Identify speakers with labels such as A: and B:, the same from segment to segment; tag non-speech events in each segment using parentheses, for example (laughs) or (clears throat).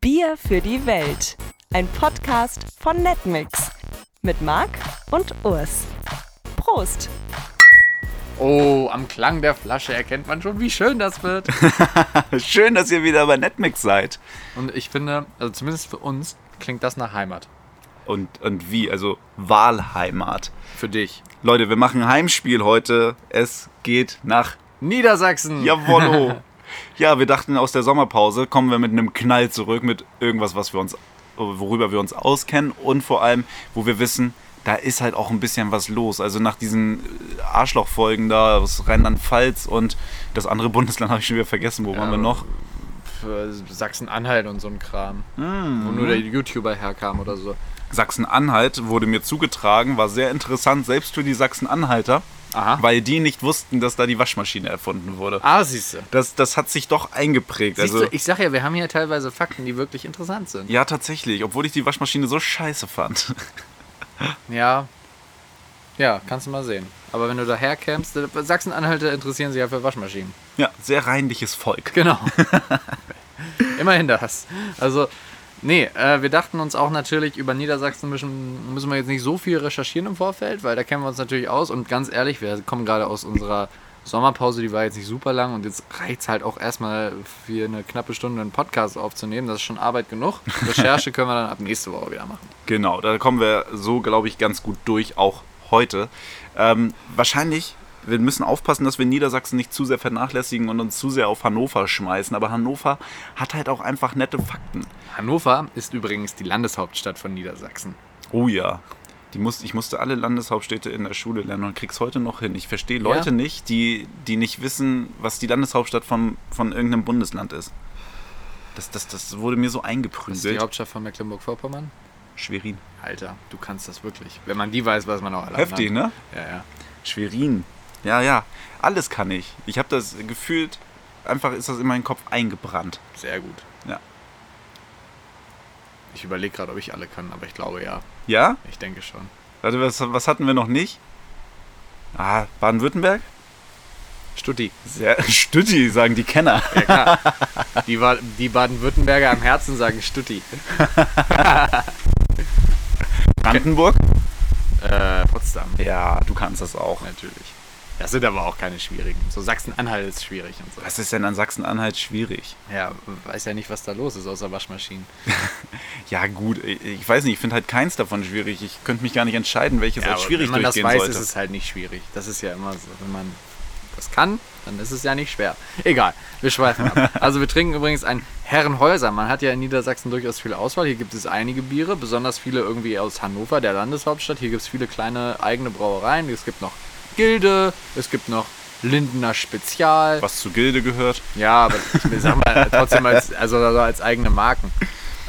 A: Bier für die Welt. Ein Podcast von Netmix. Mit Marc und Urs. Prost!
B: Oh, am Klang der Flasche erkennt man schon, wie schön das wird.
C: Schön, dass ihr wieder bei Netmix seid.
B: Und ich finde, also zumindest für uns, klingt das nach Heimat.
C: Und, und wie, also Wahlheimat.
B: Für dich.
C: Leute, wir machen Heimspiel heute. Es geht nach
B: Niedersachsen.
C: Jawollo. ja, wir dachten, aus der Sommerpause kommen wir mit einem Knall zurück, mit irgendwas, was wir uns, worüber wir uns auskennen und vor allem, wo wir wissen, da ist halt auch ein bisschen was los. Also nach diesen Arschlochfolgen da aus Rheinland-Pfalz und das andere Bundesland (laughs) habe ich schon wieder vergessen. Wo waren wir noch?
B: Für Sachsen-Anhalt und so ein Kram. Wo nur der YouTuber herkam oder so.
C: Sachsen-Anhalt wurde mir zugetragen, war sehr interessant, selbst für die Sachsen-Anhalter,
B: Aha.
C: weil die nicht wussten, dass da die Waschmaschine erfunden wurde.
B: Ah, siehst du.
C: Das, das hat sich doch eingeprägt.
B: Siehst
C: Also,
B: du, ich sag ja, wir haben hier teilweise Fakten, die wirklich interessant sind.
C: ja, tatsächlich, obwohl ich die Waschmaschine so scheiße fand. (laughs)
B: Ja. Ja, kannst du mal sehen. Aber wenn du daher kämpfst, Sachsen-Anhalter interessieren sich ja für Waschmaschinen.
C: Ja, sehr reinliches Volk.
B: Genau. (laughs) Immerhin das. Also, nee, äh, wir dachten uns auch natürlich, über Niedersachsen müssen, müssen wir jetzt nicht so viel recherchieren im Vorfeld, weil da kennen wir uns natürlich aus. Und ganz ehrlich, wir kommen gerade aus unserer Sommerpause, die war jetzt nicht super lang. Und jetzt reicht es halt auch erstmal für eine knappe Stunde einen Podcast aufzunehmen. Das ist schon Arbeit (laughs) genug. Recherche können wir dann ab nächste Woche wieder machen.
C: Genau, da kommen wir so, glaube ich, ganz gut durch, auch heute. Ähm, wahrscheinlich, wir müssen aufpassen, dass wir Niedersachsen nicht zu sehr vernachlässigen und uns zu sehr auf Hannover schmeißen. Aber Hannover hat halt auch einfach nette Fakten.
B: Hannover ist übrigens die Landeshauptstadt von Niedersachsen.
C: Oh ja. Die muss, ich musste alle Landeshauptstädte in der Schule lernen und krieg's heute noch hin. Ich verstehe Leute nicht, die, die nicht wissen, was die Landeshauptstadt von, von irgendeinem Bundesland ist. Das, das, das wurde mir so
B: Ist die
C: eingeprügelt.
B: Hauptstadt von Mecklenburg-Vorpommern?
C: Schwerin.
B: Alter, du kannst das wirklich. Wenn man die weiß, weiß man auch alle.
C: Heftig,
B: anderen.
C: ne?
B: Ja, ja.
C: Schwerin. Ja, ja. Alles kann ich. Ich habe das gefühlt, einfach ist das in meinen Kopf eingebrannt.
B: Sehr gut.
C: Ja.
B: Ich überlege gerade, ob ich alle kann, aber ich glaube ja.
C: Ja?
B: Ich denke schon.
C: Warte, was, was hatten wir noch nicht? Ah, Baden-Württemberg?
B: (laughs) Stutti.
C: Sehr (laughs) Stütti, sagen die Kenner.
B: Die, Wa- die Baden-Württemberger am Herzen sagen Stutti.
C: Brandenburg?
B: Äh, Potsdam.
C: Ja, du kannst das auch.
B: Natürlich. Das sind aber auch keine schwierigen. So Sachsen-Anhalt ist schwierig und so.
C: Was ist denn an Sachsen-Anhalt schwierig?
B: Ja, weiß ja nicht, was da los ist, außer Waschmaschinen.
C: Ja, gut, ich- ich weiß nicht, ich finde halt keins davon schwierig. Ich könnte mich gar nicht entscheiden, welches
B: Ja,
C: als
B: aber
C: halt schwierig
B: wenn man das
C: durchgehen
B: weiß,
C: sollte.
B: ist es halt nicht schwierig. Das ist ja immer so. Wenn man das kann, dann ist es ja nicht schwer. Egal, wir schweifen
C: (laughs)
B: ab. Also wir trinken übrigens ein Herrenhäuser. Man hat ja in Niedersachsen durchaus viel Auswahl. Hier gibt es einige Biere, besonders viele irgendwie aus Hannover, der Landeshauptstadt. Hier gibt es viele kleine eigene Brauereien. Es gibt noch Gilde, es gibt noch Lindener Spezial.
C: Was zu Gilde gehört.
B: Ja, aber ich will- sag mal, trotzdem als, also, also als eigene Marken.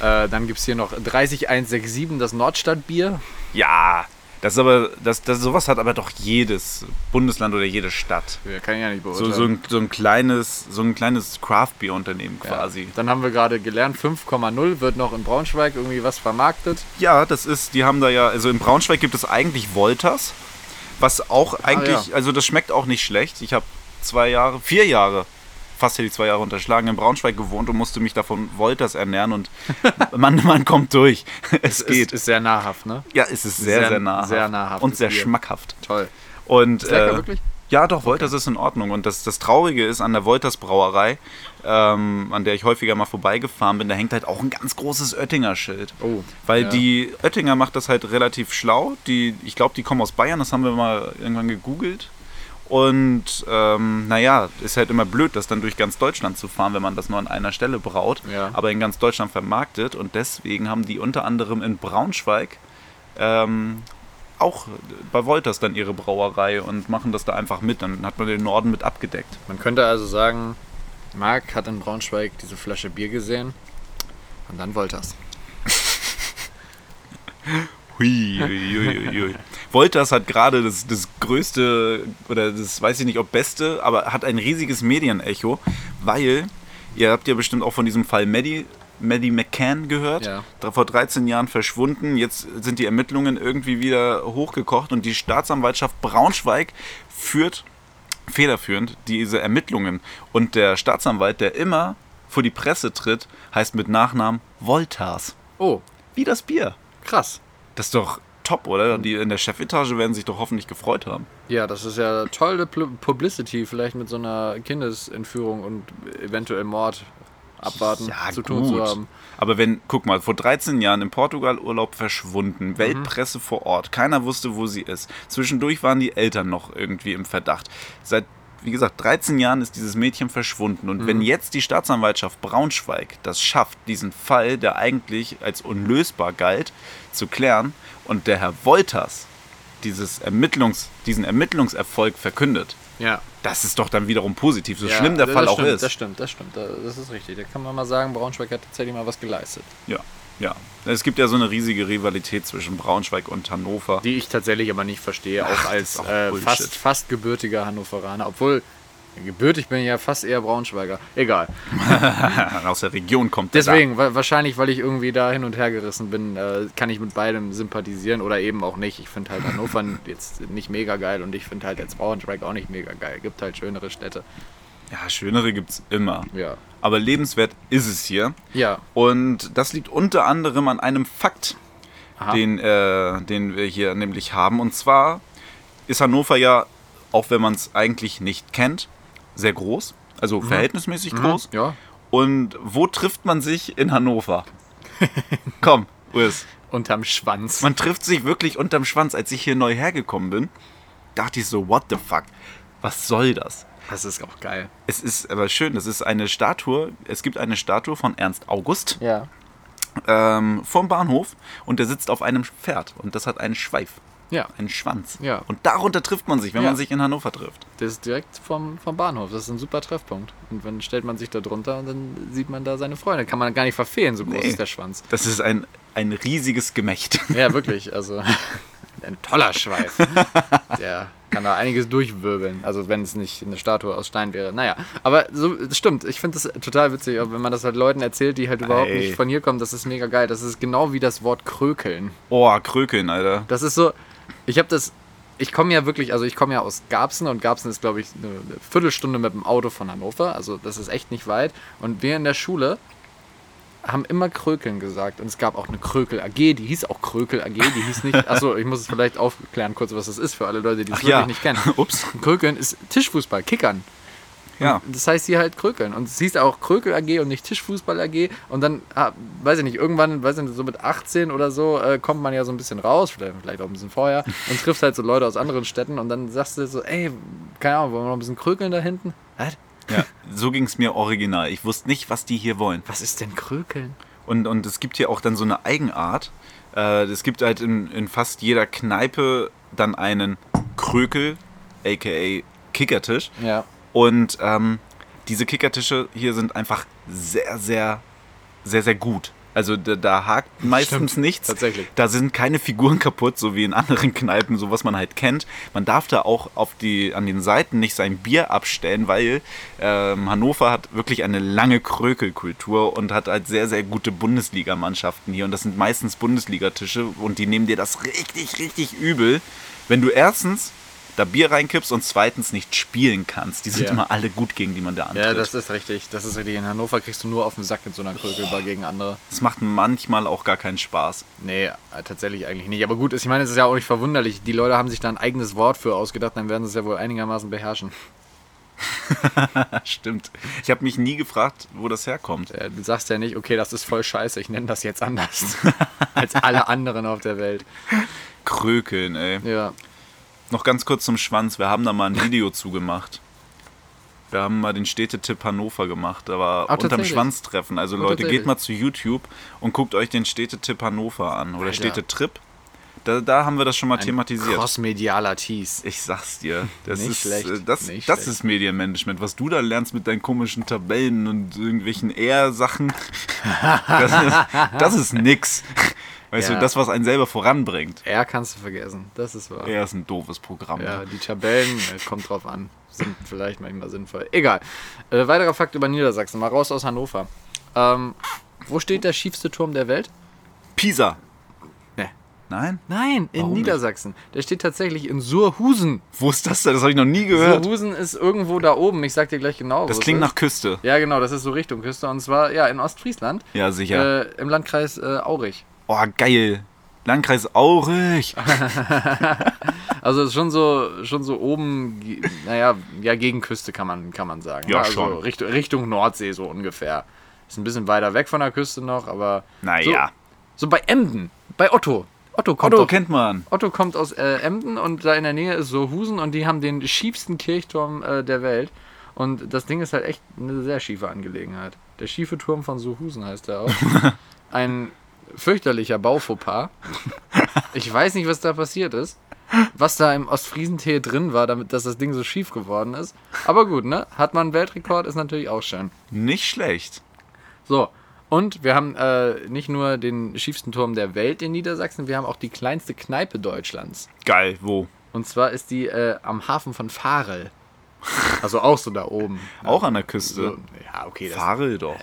B: Äh, dann gibt es hier noch 30167, das Nordstadtbier.
C: Ja, das ist aber, das, das, sowas hat aber doch jedes Bundesland oder jede Stadt.
B: Ja, Kann ich ja nicht
C: So,
B: beurteilen.
C: so, ein, so ein kleines, so ein kleines Craft-Bier-Unternehmen quasi.
B: Ja. Dann haben wir gerade gelernt, 5,0 wird noch in Braunschweig irgendwie was vermarktet.
C: Ja. das ist, die haben da ja, also in Braunschweig gibt es eigentlich Wolters, was auch eigentlich,
B: Ah, ja.
C: also das schmeckt auch nicht schlecht. Ich habe zwei Jahre, vier Jahre, fast hätte ich zwei Jahre unterschlagen, in Braunschweig gewohnt und musste mich davon Wolters
B: (laughs)
C: ernähren und man, man kommt durch. (laughs) Es, geht.
B: Ist, ist sehr nahrhaft, ne?
C: ja, es ist sehr,
B: sehr-
C: sehr, nahrhaft.
B: sehr nahrhaftes
C: Und sehr
B: Bier.
C: schmackhaft.
B: Toll.
C: Und,
B: lecker,
C: äh,
B: wirklich?
C: Ja, doch, Wolters ist in Ordnung. Und das, das Traurige ist an der Wolters Brauerei, ähm, an der ich häufiger mal vorbeigefahren bin, da hängt halt auch ein ganz großes Oettinger Schild.
B: Oh,
C: Weil
B: ja.
C: die Oettinger macht das halt relativ schlau. Die, ich glaube, die kommen aus Bayern, das haben wir mal irgendwann gegoogelt. Und ähm, naja, ist halt immer blöd, das dann durch ganz Deutschland zu fahren, wenn man das nur an einer Stelle braut,
B: Ja.
C: aber in ganz Deutschland vermarktet. Und deswegen haben die unter anderem in Braunschweig ähm, auch bei Wolters dann ihre Brauerei und machen das da einfach mit. Dann hat man den Norden mit abgedeckt.
B: Man könnte also sagen, Marc hat in Braunschweig diese Flasche Bier gesehen und dann wollte er's.
C: Hui, hui, hui, hui, hui. Wolters hat gerade das, das größte oder das weiß ich nicht ob beste, aber hat ein riesiges Medienecho, weil ihr habt ja bestimmt auch von diesem Fall Maddie, Maddie McCann gehört.
B: Ja.
C: Da- Vor 13 Jahren verschwunden. Jetzt sind die Ermittlungen irgendwie wieder hochgekocht und die Staatsanwaltschaft Braunschweig führt federführend diese Ermittlungen. Und der Staatsanwalt, der immer vor die Presse tritt, heißt mit Nachnamen Voltas.
B: Oh,
C: Wie das Bier.
B: krass.
C: Das ist doch top, oder? Die in der Chefetage werden sich doch hoffentlich gefreut haben.
B: Ja, das ist ja tolle Pl- Publicity, vielleicht mit so einer Kindesentführung und eventuell Mord abwarten zu tun zu haben.
C: Aber wenn, guck mal, vor 13 Jahren im Portugal-Urlaub
B: Mhm.
C: verschwunden, Weltpresse vor Ort, keiner wusste, wo sie ist. Zwischendurch waren die Eltern noch irgendwie im Verdacht. Seit, wie gesagt, 13 Jahren ist dieses Mädchen verschwunden. Und
B: Mhm.
C: wenn jetzt die Staatsanwaltschaft Braunschweig das schafft, diesen Fall, der eigentlich als unlösbar galt, zu klären, und der Herr Wolters dieses Ermittlungs, diesen Ermittlungserfolg verkündet,
B: Ja.
C: das ist doch dann wiederum positiv, so
B: ja,
C: schlimm der
B: das
C: Fall auch
B: stimmt,
C: ist.
B: Das stimmt, das stimmt. Da- Das ist richtig. Da kann man mal sagen, Braunschweig hat tatsächlich mal was geleistet.
C: Ja, ja. Es gibt ja so eine riesige Rivalität zwischen Braunschweig und Hannover.
B: Die ich tatsächlich aber nicht verstehe, auch
C: Ach, das
B: als
C: ist auch
B: äh,
C: Bullshit.
B: fast, fast gebürtiger Hannoveraner. Obwohl, gebürtig bin ich ja fast eher Braunschweiger. Egal.
C: Aus der Region kommt der
B: Deswegen, wa wahrscheinlich, weil ich irgendwie da hin und her gerissen bin, äh, kann ich mit beidem sympathisieren oder eben auch nicht. Ich finde halt Hannover (laughs) jetzt nicht mega geil und ich finde halt jetzt Braunschweig auch nicht mega geil. Gibt halt schönere Städte.
C: Da. Ja, schönere gibt's immer.
B: Ja.
C: Aber lebenswert ist es hier.
B: Ja.
C: Und das liegt unter anderem an einem Fakt,
B: Aha.
C: den, äh, den wir hier nämlich haben. Und zwar ist Hannover ja, auch wenn man es eigentlich nicht kennt, sehr groß. Also verhältnismäßig groß.
B: Mhm. Ja.
C: Und wo trifft man sich
B: (laughs)
C: in Hannover? Komm, Urs.
B: Unterm Schwanz.
C: Man trifft sich wirklich unterm Schwanz. Als ich hier neu hergekommen bin, dachte ich so, what the fuck? Was soll das?
B: Das ist auch geil.
C: Es ist aber schön, es ist eine Statue, es gibt eine Statue von Ernst August
B: Ja.
C: ähm, vom Bahnhof und der sitzt auf einem Pferd und das hat einen Schweif,
B: Ja.
C: einen Schwanz.
B: Ja.
C: Und darunter trifft man sich, wenn
B: Ja.
C: man sich in Hannover trifft.
B: Das ist direkt vom, vom Bahnhof. Das ist ein super Treffpunkt. Und dann stellt man sich da drunter und dann sieht man da seine Freunde. Kann man gar nicht verfehlen, so groß
C: Nee.
B: ist der Schwanz.
C: Das ist ein, ein riesiges Gemächt. (laughs)
B: Ja, wirklich. Also (laughs) ein toller Schweif. Der kann da einiges durchwirbeln. Also wenn es nicht eine Statue aus Stein wäre. Naja, aber so das stimmt. Ich finde das total witzig, aber wenn man das halt Leuten erzählt, die halt überhaupt
C: Ey.
B: nicht von hier kommen. Das ist mega geil. Das ist genau wie das Wort Krökeln.
C: Oh, Krökeln, Alter.
B: Das ist so. Ich habe das. Ich komme ja wirklich, also ich komme ja aus Garbsen und Garbsen ist, glaube ich, eine Viertelstunde mit dem Auto von Hannover. Also das ist echt nicht weit. Und wir in der Schule haben immer Krökeln gesagt. Und es gab auch eine Krökel AG, die hieß auch Krökel AG, die hieß
C: (laughs)
B: nicht. Achso, ich muss es vielleicht aufklären kurz, was das ist für alle Leute, die es
C: Ach
B: wirklich
C: ja.
B: nicht
C: (laughs)
B: kennen.
C: Ups.
B: Krökeln ist Tischfußball, Kickern. (laughs)
C: Ja.
B: Das heißt hier halt Krökeln. Und es hieß auch Krökel AG und nicht Tischfußball AG. Und dann, ah, weiß ich nicht, irgendwann, weiß ich nicht, so mit 18 oder so, äh, kommt man ja so ein bisschen raus, vielleicht, vielleicht auch ein bisschen vorher, (laughs) und trifft halt so Leute aus anderen Städten. Und dann sagst du so, ey, keine Ahnung, wollen wir noch ein bisschen krökeln da hinten? Was?
C: ja. So ging es mir original. Ich wusste nicht, was die hier wollen.
B: Was ist denn Krökeln?
C: Und, und es gibt hier auch dann so eine Eigenart. Äh, es gibt halt in, in fast jeder Kneipe dann einen Krökel, aka Kickertisch.
B: Ja.
C: Und ähm, diese Kickertische hier sind einfach sehr, sehr, sehr, sehr gut. Also da, da hakt meistens nichts.
B: tatsächlich.
C: Da sind keine Figuren (laughs) kaputt, so wie in anderen Kneipen, so was man halt kennt. Man darf da auch auf die, an den Seiten nicht sein Bier abstellen, weil ähm, Hannover hat wirklich eine lange Krökelkultur und hat halt sehr, sehr gute Bundesligamannschaften hier. Und das sind meistens Bundesligatische und die nehmen dir das richtig, richtig übel, wenn du erstens da Bier reinkippst und zweitens nicht spielen kannst. Die sind
B: Ja.
C: immer alle gut, gegen die man da antritt.
B: Ja, das ist richtig. Das ist richtig. In Hannover kriegst du nur auf den Sack mit so einer Krökelbar gegen andere.
C: das macht manchmal auch gar keinen Spaß. (laughs)
B: Nee, äh, tatsächlich eigentlich nicht. Aber gut, ich meine, es ist ja auch nicht verwunderlich. Die Leute haben sich da ein eigenes Wort für ausgedacht, dann werden sie es ja wohl einigermaßen beherrschen.
C: Stimmt. Ich habe mich nie gefragt, wo das herkommt.
B: Äh, Du sagst ja nicht, okay, das ist voll scheiße, ich nenne das jetzt
C: (laughs)
B: anders als alle anderen auf der Welt.
C: Krökeln, ey.
B: Ja,
C: Noch ganz kurz zum Schwanz. Wir haben da mal ein
B: (laughs)
C: Video zugemacht. Wir haben mal den Städtetipp Hannover gemacht, aber
B: Ah,
C: unterm
B: tatsächlich?
C: Schwanztreffen. Also
B: Ah,
C: Leute,
B: tatsächlich.
C: geht mal zu YouTube und guckt euch den Städtetipp Hannover an oder
B: Alter.
C: Städtetrip. Da, da haben wir das schon mal thematisiert.
B: Crossmedialer Tease.
C: Ich sag's dir, das
B: Nicht
C: ist
B: schlecht,
C: äh, das,
B: nicht
C: das
B: schlecht.
C: ist Medienmanagement, was du da lernst mit deinen komischen Tabellen und irgendwelchen R-Sachen. Das ist,
B: (laughs)
C: das ist nix. Weißt
B: Ja.
C: du, das was einen selber voranbringt.
B: R kannst du vergessen, das ist wahr.
C: R ist ein doofes Programm.
B: Ja, die Tabellen, äh, kommt drauf an, sind vielleicht manchmal sinnvoll. Egal. Äh, weiterer Fakt über Niedersachsen, mal raus aus Hannover. Ähm, wo steht der schiefste Turm der Welt?
C: Pisa.
B: Ne.
C: Nein?
B: Nein, in
C: Warum nicht?
B: Niedersachsen. Der steht tatsächlich in Surhusen.
C: Wo ist das denn? Das habe ich noch nie gehört.
B: Surhusen ist irgendwo da oben. Ich sag dir gleich genau.
C: Äh. Das
B: wo es
C: klingt
B: ist.
C: nach Küste.
B: Ja, genau, das ist so Richtung Küste. Und zwar, ja, in Ostfriesland.
C: Ja, sicher.
B: Äh, Im Landkreis äh, Aurich.
C: Oh, geil. Landkreis Aurich.
B: Also ist schon so, schon so oben, ge- naja, ja, gegen Küste kann man, kann man sagen.
C: Ja,
B: ne? also
C: schon.
B: Richtung, Richtung Nordsee so ungefähr. Ist ein bisschen weiter weg von der Küste noch, aber.
C: Naja.
B: So, so bei Emden, bei Otto. Otto kommt,
C: Otto
B: doch-
C: kennt man.
B: Otto kommt aus äh, Emden und da in der Nähe ist so Husen und die haben den schiefsten Kirchturm äh, der Welt. Und das Ding ist halt echt eine sehr schiefe Angelegenheit. Der schiefe Turm von Sohusen heißt er auch. Ein fürchterlicher Baufauxpas. Ich weiß nicht, was da passiert ist. Was da im Ostfriesentee drin war, damit dass das Ding so schief geworden ist. Aber gut, ne? Hat man einen Weltrekord, ist natürlich auch schön.
C: Nicht schlecht.
B: So, und wir haben äh, nicht nur den schiefsten Turm der Welt in Niedersachsen, wir haben auch die kleinste Kneipe Deutschlands.
C: Geil, wo?
B: Und zwar ist die äh, am Hafen von Farel. (laughs) Also auch so da oben.
C: Auch an der
B: So,
C: Küste.
B: ja, okay, das
C: Farel doch.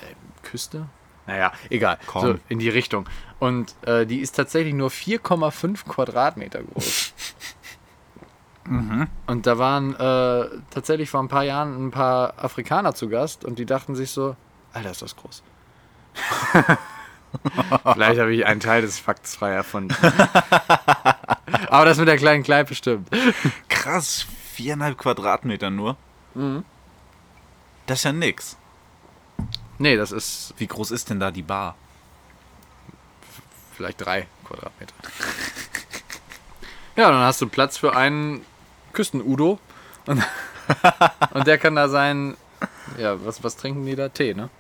B: Küste? Naja, egal.
C: Komm.
B: So, in die Richtung. Und äh, die ist tatsächlich nur 4,5 Quadratmeter (laughs) groß. Und da waren äh, tatsächlich vor ein paar Jahren ein paar Afrikaner zu Gast und die dachten sich so, Alter, ist das groß. (laughs) Vielleicht habe ich einen Teil des Fakts frei erfunden. (laughs) Aber das mit der kleinen Kneipe stimmt.
C: Krass, viereinhalb Quadratmeter nur.
B: Mhm.
C: Das ist ja nix.
B: Nee, das ist
C: Wie groß ist denn da die Bar?
B: vielleicht drei Quadratmeter. ja, dann hast du Platz für einen Küsten-Udo. Und, und der kann da sein. Ja, was, was trinken die da? Tee, ne?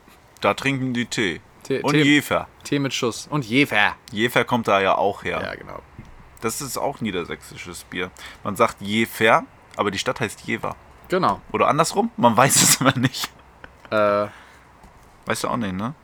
C: Da trinken die Tee.
B: Tee-
C: Und
B: Tee-
C: Jefer.
B: Tee mit Schuss. Und Jefer.
C: Jefer kommt da ja auch her.
B: Ja, genau.
C: Das ist auch niedersächsisches Bier. Man sagt Jefer, aber die Stadt heißt Jever.
B: Genau.
C: Oder andersrum, man weiß es (laughs) aber nicht.
B: Äh,
C: Weißt du auch nicht, ne?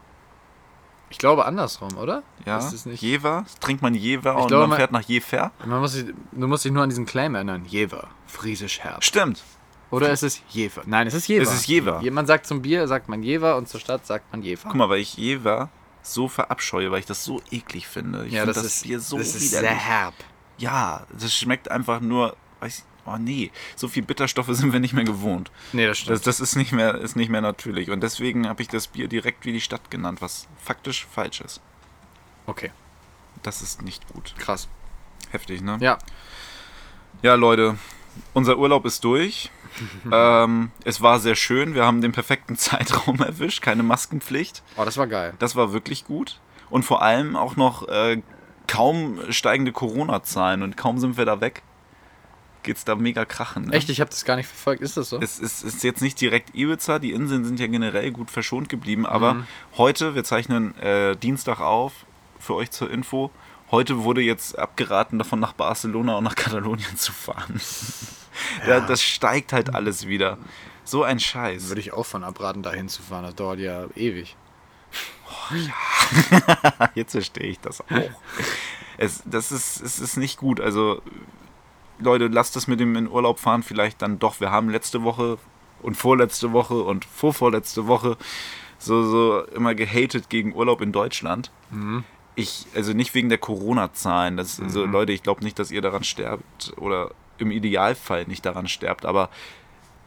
B: ich glaube andersrum, oder?
C: Ja,
B: Ist es nicht?
C: Jever, trinkt man Jever und
B: glaube,
C: man
B: man-
C: fährt nach Jefer?
B: Man muss sich, du musst dich nur an diesen Claim erinnern. Jever. Friesisch Herbst.
C: Stimmt,
B: Oder ist es Jever? Nein, es ist Jever.
C: es ist Jever.
B: Man sagt zum Bier, sagt man Jever und zur Stadt sagt man Jever.
C: Guck mal, weil ich Jever so verabscheue, weil ich das so eklig finde. Ich finde das, Bier so
B: das ist sehr
C: widerlich.
B: herb.
C: ja, das schmeckt einfach nur, weiß ich, oh nee, so viel Bitterstoffe sind wir nicht mehr gewohnt.
B: Nee, das stimmt.
C: Das, das ist, nicht mehr, ist nicht mehr natürlich. Und deswegen habe ich das Bier direkt wie die Stadt genannt, was faktisch falsch ist.
B: okay,
C: Das ist nicht gut.
B: krass.
C: Heftig, ne?
B: Ja,
C: Ja, Leute, unser Urlaub ist durch. ähm, es war sehr schön. Wir haben den perfekten (laughs) Zeitraum erwischt. Keine Maskenpflicht.
B: Oh, das war geil.
C: Das war wirklich gut. Und vor allem auch noch äh, kaum steigende Corona-Zahlen. Und kaum sind wir da weg, geht's da mega krachen. Ne?
B: Echt, ich habe das gar nicht verfolgt. Ist das so?
C: Es ist, ist jetzt nicht direkt Ibiza, die Inseln sind ja generell gut verschont geblieben, aber heute, wir zeichnen äh, Dienstag auf, für euch zur Info, heute wurde jetzt abgeraten, davon nach Barcelona und nach Katalonien zu fahren. (laughs) da, das steigt halt alles wieder. So ein Scheiß.
B: Würde ich auch von abraten, da hinzufahren. Das dauert ja ewig.
C: (laughs) Jetzt verstehe ich das auch. es, das ist, es ist nicht gut. Also, Leute, lasst es mit dem in Urlaub fahren vielleicht dann doch. Wir haben letzte Woche und vorletzte Woche und vorvorletzte Woche so, so immer gehatet gegen Urlaub in Deutschland.
B: Mhm.
C: Ich, also nicht wegen der Corona-Zahlen. Das- Also, Leute, ich glaube nicht, dass ihr daran sterbt oder im Idealfall nicht daran sterbt, aber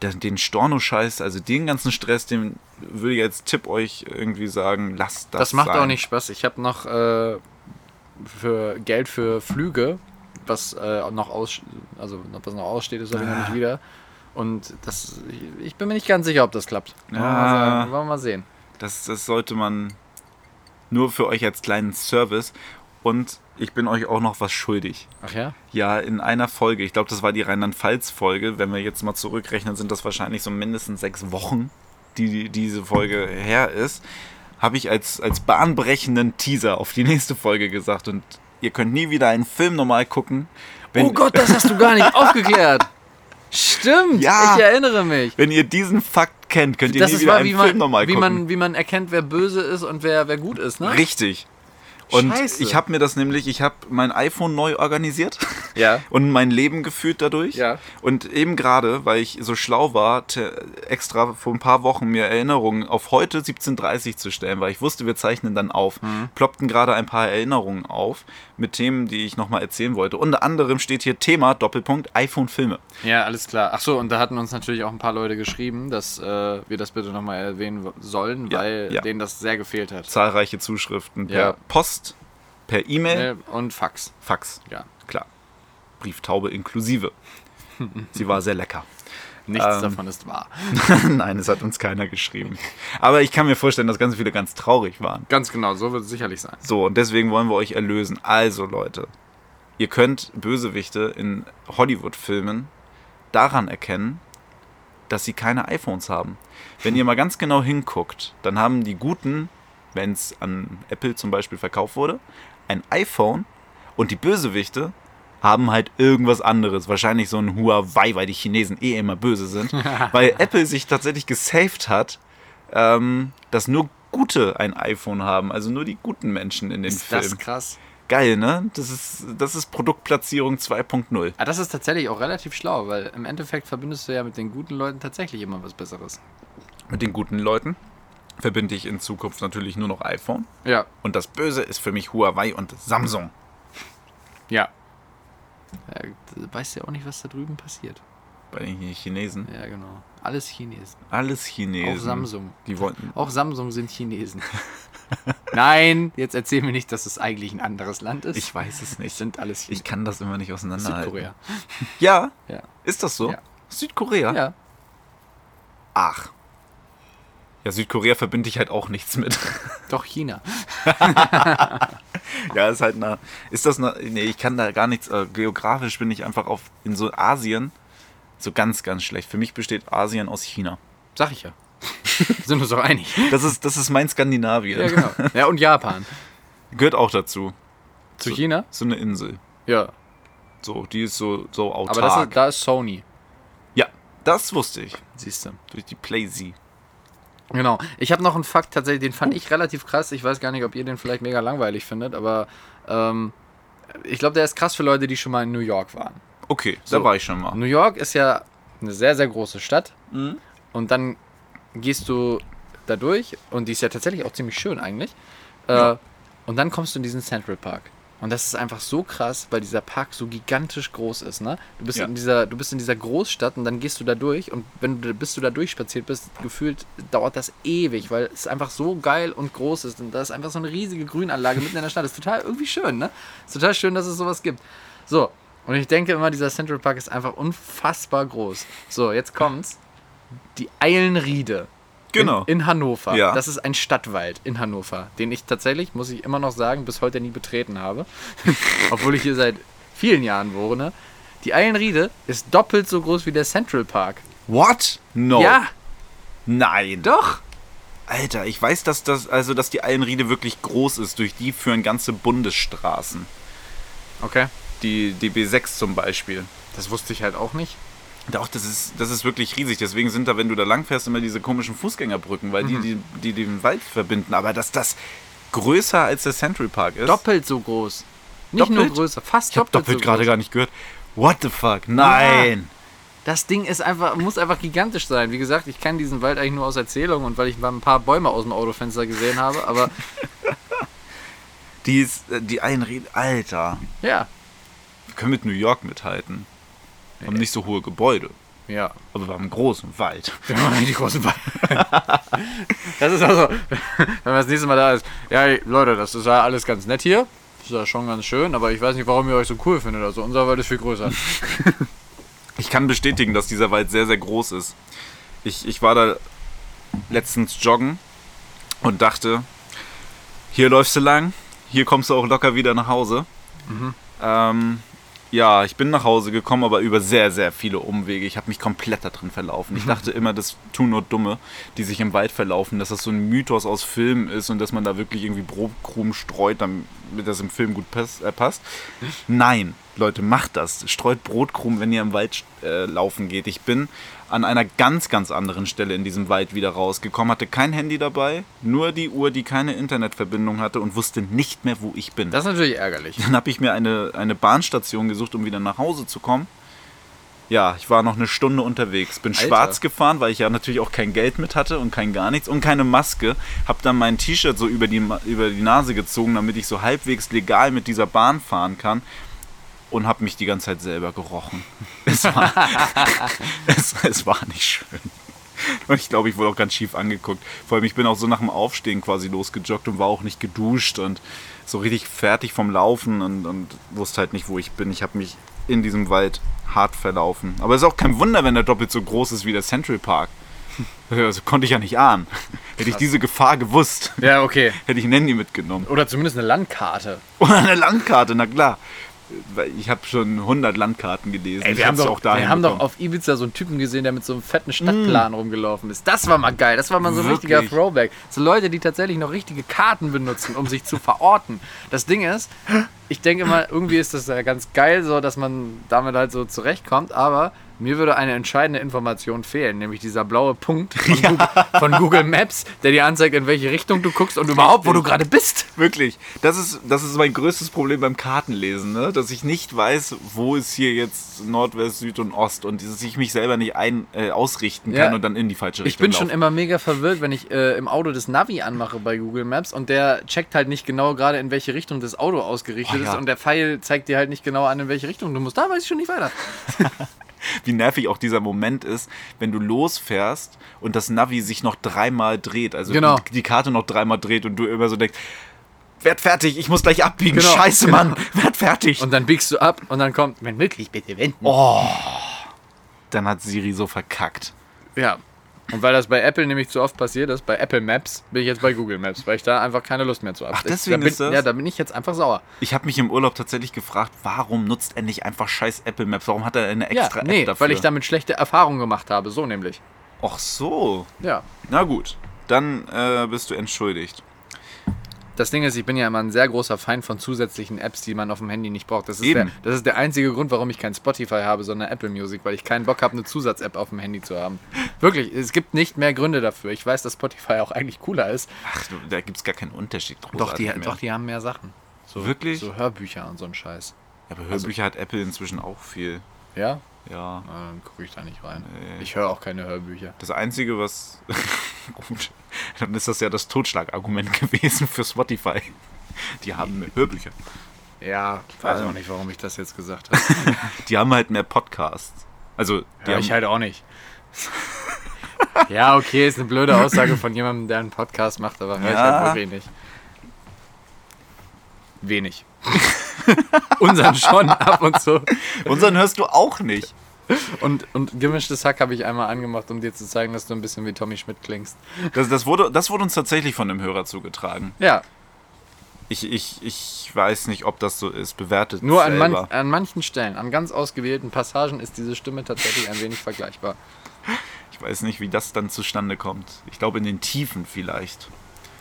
C: den- den Storno-Scheiß, also den ganzen Stress, den würde ich als Tipp euch irgendwie sagen, lasst das
B: Das, macht
C: sein.
B: auch nicht Spaß. Ich habe noch äh, für Geld für Flüge, was äh, noch aus, also was noch aussteht, ist habe ich noch nicht wieder. Und das, ich- ich bin mir nicht ganz sicher, ob das klappt. Wollen wir mal,
C: Ah.
B: sagen. Wollen wir mal sehen.
C: Das, das sollte man nur für euch als kleinen Service. Und ich bin euch auch noch was schuldig.
B: Ach ja?
C: Ja, in einer Folge, ich glaube, das war die Rheinland-Pfalz-Folge. Wenn wir jetzt mal zurückrechnen, sind das wahrscheinlich so mindestens sechs Wochen, die, die diese Folge her ist. Habe ich als, als bahnbrechenden Teaser auf die nächste Folge gesagt. Und ihr könnt nie wieder einen Film normal gucken. Wenn,
B: Oh Gott, das hast du gar (laughs) nicht aufgeklärt. Stimmt,
C: Ja.
B: ich erinnere mich.
C: wenn ihr diesen Fakt kennt, könnt ihr
B: Das
C: nie
B: ist
C: wieder
B: mal,
C: einen
B: wie
C: Film
B: man,
C: normal
B: wie,
C: gucken.
B: man, wie man erkennt, wer böse ist und wer, wer gut ist, ne?
C: Richtig. Und
B: Scheiße.
C: ich habe mir das nämlich, ich habe mein iPhone neu organisiert
B: Ja.
C: (laughs) und mein Leben gefühlt dadurch.
B: Ja.
C: Und eben gerade, weil ich so schlau war, te- extra vor ein paar Wochen mir Erinnerungen auf heute 17.30 zu stellen, weil ich wusste, wir zeichnen dann auf,
B: Mhm.
C: ploppten gerade ein paar Erinnerungen auf mit Themen, die ich nochmal erzählen wollte. Unter anderem steht hier Thema, Doppelpunkt, iPhone-Filme.
B: Ja, alles klar. Achso, und da hatten uns natürlich auch ein paar Leute geschrieben, dass äh, wir das bitte nochmal erwähnen w- sollen,
C: Ja,
B: weil
C: ja.
B: denen das sehr gefehlt hat.
C: Zahlreiche Zuschriften per
B: Ja.
C: Post, per E-Mail,
B: Äh, Und Fax.
C: Fax.
B: Ja.
C: Klar. Brieftaube inklusive. Sie war sehr lecker. (laughs)
B: Nichts
C: Ähm.
B: davon ist wahr.
C: Nein, es hat uns keiner geschrieben. Aber ich kann mir vorstellen, dass ganz viele ganz traurig waren.
B: Ganz genau, so wird es sicherlich sein.
C: So, und deswegen wollen wir euch erlösen. Also, Leute, ihr könnt Bösewichte in Hollywood-Filmen daran erkennen, dass sie keine iPhones haben. Wenn ihr mal ganz genau hinguckt, dann haben die Guten, wenn es an Apple zum Beispiel verkauft wurde, ein iPhone und die Bösewichte haben halt irgendwas anderes. Wahrscheinlich so ein Huawei, weil die Chinesen eh immer böse
B: (laughs)
C: sind. weil Apple sich tatsächlich gesaved hat, ähm, dass nur Gute ein iPhone haben, also nur die guten Menschen in den
B: Ist
C: Filmen.
B: das krass?
C: Geil, ne? Das ist, das ist Produktplatzierung 2.0.
B: Ah, das ist tatsächlich auch relativ schlau, weil im Endeffekt verbindest du ja mit den guten Leuten tatsächlich immer was Besseres.
C: Mit den guten Leuten verbinde ich in Zukunft natürlich nur noch iPhone.
B: Ja,
C: Und das Böse ist für mich Huawei und Samsung.
B: ja. ja du weißt ja auch nicht, was da drüben passiert.
C: Bei den Chinesen.
B: Ja, genau. Alles Chinesen.
C: Alles Chinesen.
B: Auch Samsung. Oh,
C: Die wollten.
B: Auch Samsung sind Chinesen. Nein, jetzt erzähl mir nicht, dass es eigentlich ein anderes Land ist.
C: Ich weiß es
B: es
C: nicht.
B: sind alles
C: Ich
B: Chinesen.
C: kann das immer nicht auseinanderhalten.
B: Südkorea.
C: Ja,
B: halt. Ja.
C: ist das so?
B: Ja.
C: Südkorea?
B: ja.
C: Ach. Ja, Südkorea verbinde ich halt auch nichts mit.
B: Doch China.
C: Ja, ist halt eine. Ist das eine. Nee, ich kann da gar nichts. Äh, geografisch bin ich einfach auf. In so Asien so ganz, ganz schlecht. Für mich besteht Asien aus China.
B: Sag ich ja. (laughs) sind uns doch einig.
C: Das ist, das ist mein Skandinavien.
B: Ja, genau. Ja, und Japan.
C: (laughs) Gehört auch dazu.
B: Zu China?
C: So eine Insel.
B: Ja.
C: So, die ist so, so autark.
B: Aber das ist, da ist Sony.
C: ja, das wusste ich.
B: Siehst du.
C: Durch die Playsee.
B: Genau. Ich habe noch einen Fakt tatsächlich, den fand ich relativ krass. Ich weiß gar nicht, ob ihr den vielleicht mega langweilig findet, aber ähm, ich glaube, der ist krass für Leute, die schon mal in New York waren.
C: Okay, da
B: So.
C: war ich schon mal.
B: New York ist ja eine sehr, sehr große Stadt. Und dann gehst du da durch und die ist ja tatsächlich auch ziemlich schön eigentlich. Äh, Und dann kommst du in diesen Central Park. Und das ist einfach so krass, weil dieser Park so gigantisch groß ist. Ne? Du, bist
C: Ja.
B: in dieser, du bist in dieser Großstadt und dann gehst du da durch. Und wenn du, bis du da durchspaziert bist, gefühlt dauert das ewig, weil es einfach so geil und groß ist. Und da ist einfach so eine riesige Grünanlage mitten in der Stadt. Das ist total irgendwie schön. Ne? Ist total schön, dass es sowas gibt. So, und ich denke immer, dieser Central Park ist einfach unfassbar groß. So, jetzt kommt's. Die Eilenriede.
C: Genau.
B: In, in Hannover.
C: Ja.
B: Das ist ein Stadtwald in Hannover, den ich tatsächlich, muss ich immer noch sagen, bis heute nie betreten
C: (laughs)
B: habe. Obwohl ich hier seit vielen Jahren wohne. Die Eilenriede ist doppelt so groß wie der Central Park.
C: What? No.
B: Ja,
C: Nein.
B: doch.
C: Alter, ich weiß, dass das, also dass die Eilenriede wirklich groß ist. Durch die führen ganze Bundesstraßen.
B: Okay.
C: Die DB6 zum Beispiel.
B: Das wusste ich halt auch nicht.
C: Doch, das ist, das ist wirklich riesig. Deswegen sind da, wenn du da langfährst, immer diese komischen Fußgängerbrücken, weil die,
B: Mhm.
C: die, die den Wald verbinden. Aber dass das größer als der Central Park ist.
B: Doppelt so groß. Nicht nur
C: Doppelt?
B: größer, fast
C: ich habe doppelt
B: so
C: gerade
B: groß.
C: gar nicht gehört. What the fuck? Nein!
B: Das Ding ist einfach, muss einfach gigantisch sein. Wie gesagt, ich kenne diesen Wald eigentlich nur aus Erzählungen und weil ich mal ein paar Bäume aus dem Autofenster gesehen habe, aber
C: (laughs) Die, ist, äh, die Einrede. Alter.
B: ja.
C: Wir können mit New York mithalten. Wir haben nicht so hohe Gebäude,
B: Ja.
C: aber wir haben einen großen Wald.
B: Wir haben richtig großen Wald. (laughs) Das ist also, (laughs) wenn man das nächste Mal da ist. Ja, Leute, das ist ja alles ganz nett hier. Das ist ja schon ganz schön, aber ich weiß nicht, warum ihr euch so cool findet. Also unser Wald ist viel größer.
C: Ich kann bestätigen, dass dieser Wald sehr, sehr groß ist. Ich, ich war da letztens joggen und dachte, hier läufst du lang, hier kommst du auch locker wieder nach Hause. Ähm, ja, ich bin nach Hause gekommen, aber über sehr, sehr viele Umwege. Ich habe mich komplett da drin verlaufen. Ich dachte immer, das tun nur Dumme, die sich im Wald verlaufen, dass das so ein Mythos aus Filmen ist und dass man da wirklich irgendwie Brotkrumen streut, damit das im Film gut pass äh, passt. Nein, Leute, macht das. Streut Brotkrumen, wenn ihr im Wald äh, laufen geht. Ich bin an einer ganz, ganz anderen Stelle in diesem Wald wieder rausgekommen, hatte kein Handy dabei, nur die Uhr, die keine Internetverbindung hatte und wusste nicht mehr, wo ich bin.
B: Das ist natürlich ärgerlich.
C: Dann habe ich mir eine, eine Bahnstation gesucht, um wieder nach Hause zu kommen. Ja, ich war noch eine Stunde unterwegs, bin
B: Alter.
C: schwarz gefahren, weil ich ja natürlich auch kein Geld mit hatte und kein gar nichts und keine Maske. Hab dann mein T-Shirt so über die, Ma- über die Nase gezogen, damit ich so halbwegs legal mit dieser Bahn fahren kann. Und hab mich die ganze Zeit selber gerochen. Es war, (laughs) es, es war nicht schön. Und (laughs) ich glaube, ich wurde auch ganz schief angeguckt. Vor allem, ich bin auch so nach dem Aufstehen quasi losgejoggt und war auch nicht geduscht und so richtig fertig vom Laufen und, und wusste halt nicht, wo ich bin. Ich habe mich in diesem Wald hart verlaufen. Aber es ist auch kein Wunder, wenn der doppelt so groß ist wie der Central Park. (laughs) Also konnte ich ja
B: (laughs)
C: nicht ahnen. Hätte ich diese Gefahr gewusst, (laughs)
B: Ja, okay.
C: hätte ich ein Handy mitgenommen. (laughs)
B: Oder zumindest eine Landkarte.
C: Oder eine Landkarte, na klar. Weil Ich habe schon 100 Landkarten gelesen.
B: Ey,
C: ich
B: wir haben,
C: hab's
B: doch,
C: auch dahin
B: wir haben doch
C: bekommen. Mm.
B: auf Ibiza so einen Typen gesehen, der mit so einem fetten Stadtplan rumgelaufen ist. Das war mal geil. Das war mal so ein
C: Wirklich?
B: richtiger Throwback. So Leute, die tatsächlich noch richtige Karten benutzen, um sich zu verorten. Das Ding ist, ich denke mal, irgendwie ist das ja ganz geil, so dass man damit halt so zurechtkommt. Aber mir würde eine entscheidende Information fehlen, nämlich dieser blaue Punkt
C: (laughs)
B: von, Google, von Google Maps, der dir anzeigt, in welche Richtung du guckst und überhaupt, wo du gerade bist.
C: Wirklich. Das ist, das ist mein größtes Problem beim Kartenlesen, ne? dass ich nicht weiß, wo ist hier jetzt Nordwest, Süd und Ost und dass ich mich selber nicht ein, äh, ausrichten
B: Ja.
C: kann und dann in die falsche
B: Ich
C: Richtung
B: bin schon
C: laufe.
B: immer mega verwirrt, wenn ich äh, im Auto das Navi anmache bei Google Maps und der checkt halt nicht genau gerade, in welche Richtung das Auto ausgerichtet
C: Oh ja.
B: ist und der Pfeil zeigt dir halt nicht genau an, in welche Richtung du musst. Da weiß ich schon nicht weiter.
C: Wie nervig auch dieser Moment ist, wenn du losfährst und das Navi sich noch dreimal dreht, also
B: Genau.
C: die- die Karte noch dreimal dreht und du immer so denkst, werd fertig, ich muss gleich abbiegen,
B: Genau,
C: scheiße
B: genau.
C: Mann, (laughs) werd fertig.
B: Und dann biegst du ab und dann kommt, wenn möglich, bitte wenden.
C: dann hat Siri so verkackt.
B: Ja. Und weil das bei Apple nämlich zu oft passiert ist, bei Apple Maps bin ich jetzt bei Google Maps, weil ich da einfach keine Lust mehr zu habe.
C: Ach, deswegen
B: da bin,
C: ist das?
B: Ja, da bin ich jetzt einfach sauer.
C: Ich habe mich im Urlaub tatsächlich gefragt, warum nutzt er nicht einfach scheiß Apple Maps? Warum hat er eine
B: Ja,
C: extra
B: nee,
C: App dafür?
B: weil ich damit schlechte Erfahrungen gemacht habe, so nämlich.
C: Ach so.
B: Ja.
C: Na gut, dann äh, bist du entschuldigt.
B: Das Ding ist, ich bin ja immer ein sehr großer Feind von zusätzlichen Apps, die man auf dem Handy nicht braucht. Das ist,
C: Eben.
B: der, das ist der einzige Grund, warum ich kein Spotify habe, sondern Apple Music, weil ich keinen Bock habe, eine Zusatz-App auf dem Handy zu (laughs) haben. Wirklich, es gibt nicht mehr Gründe dafür. Ich weiß, dass Spotify auch eigentlich cooler ist.
C: Ach, du, da gibt es gar keinen Unterschied.
B: Doch die,
C: großartig mehr.
B: doch, die haben mehr Sachen. So,
C: Wirklich?
B: So Hörbücher und so ein Scheiß.
C: Aber Hörbücher hat Apple inzwischen auch viel.
B: Ja?
C: Ja.
B: Na, Dann gucke ich da nicht rein.
C: Nee.
B: Ich höre auch keine Hörbücher.
C: Das Einzige, was. (laughs) Gut, dann ist das ja das Totschlagargument gewesen für Spotify. Die haben Hörbücher.
B: Ja, weiß
C: Also.
B: auch nicht, warum ich das jetzt (laughs) gesagt habe.
C: Die haben halt mehr Podcasts. Also, die
B: ja,
C: haben,
B: ich halt auch nicht. (laughs) ja, okay, ist eine blöde Aussage von jemandem, der einen Podcast macht, aber höre ich
C: Ja.
B: halt wohl wenig. Wenig. (laughs) Unseren schon ab und zu.
C: unseren hörst du auch nicht.
B: Und, und gemischtes Hack habe ich einmal angemacht, um dir zu zeigen, dass du ein bisschen wie Tommy Schmidt klingst.
C: Das, das, wurde, das wurde uns tatsächlich von einem Hörer zugetragen.
B: Ja,
C: Ich, ich, ich weiß nicht, ob das so ist. Bewertet
B: nur an,
C: selber.
B: man, an manchen Stellen, an ganz ausgewählten Passagen ist diese Stimme tatsächlich ein wenig vergleichbar.
C: Ich weiß nicht, wie das dann zustande kommt. Ich glaube, in den Tiefen vielleicht.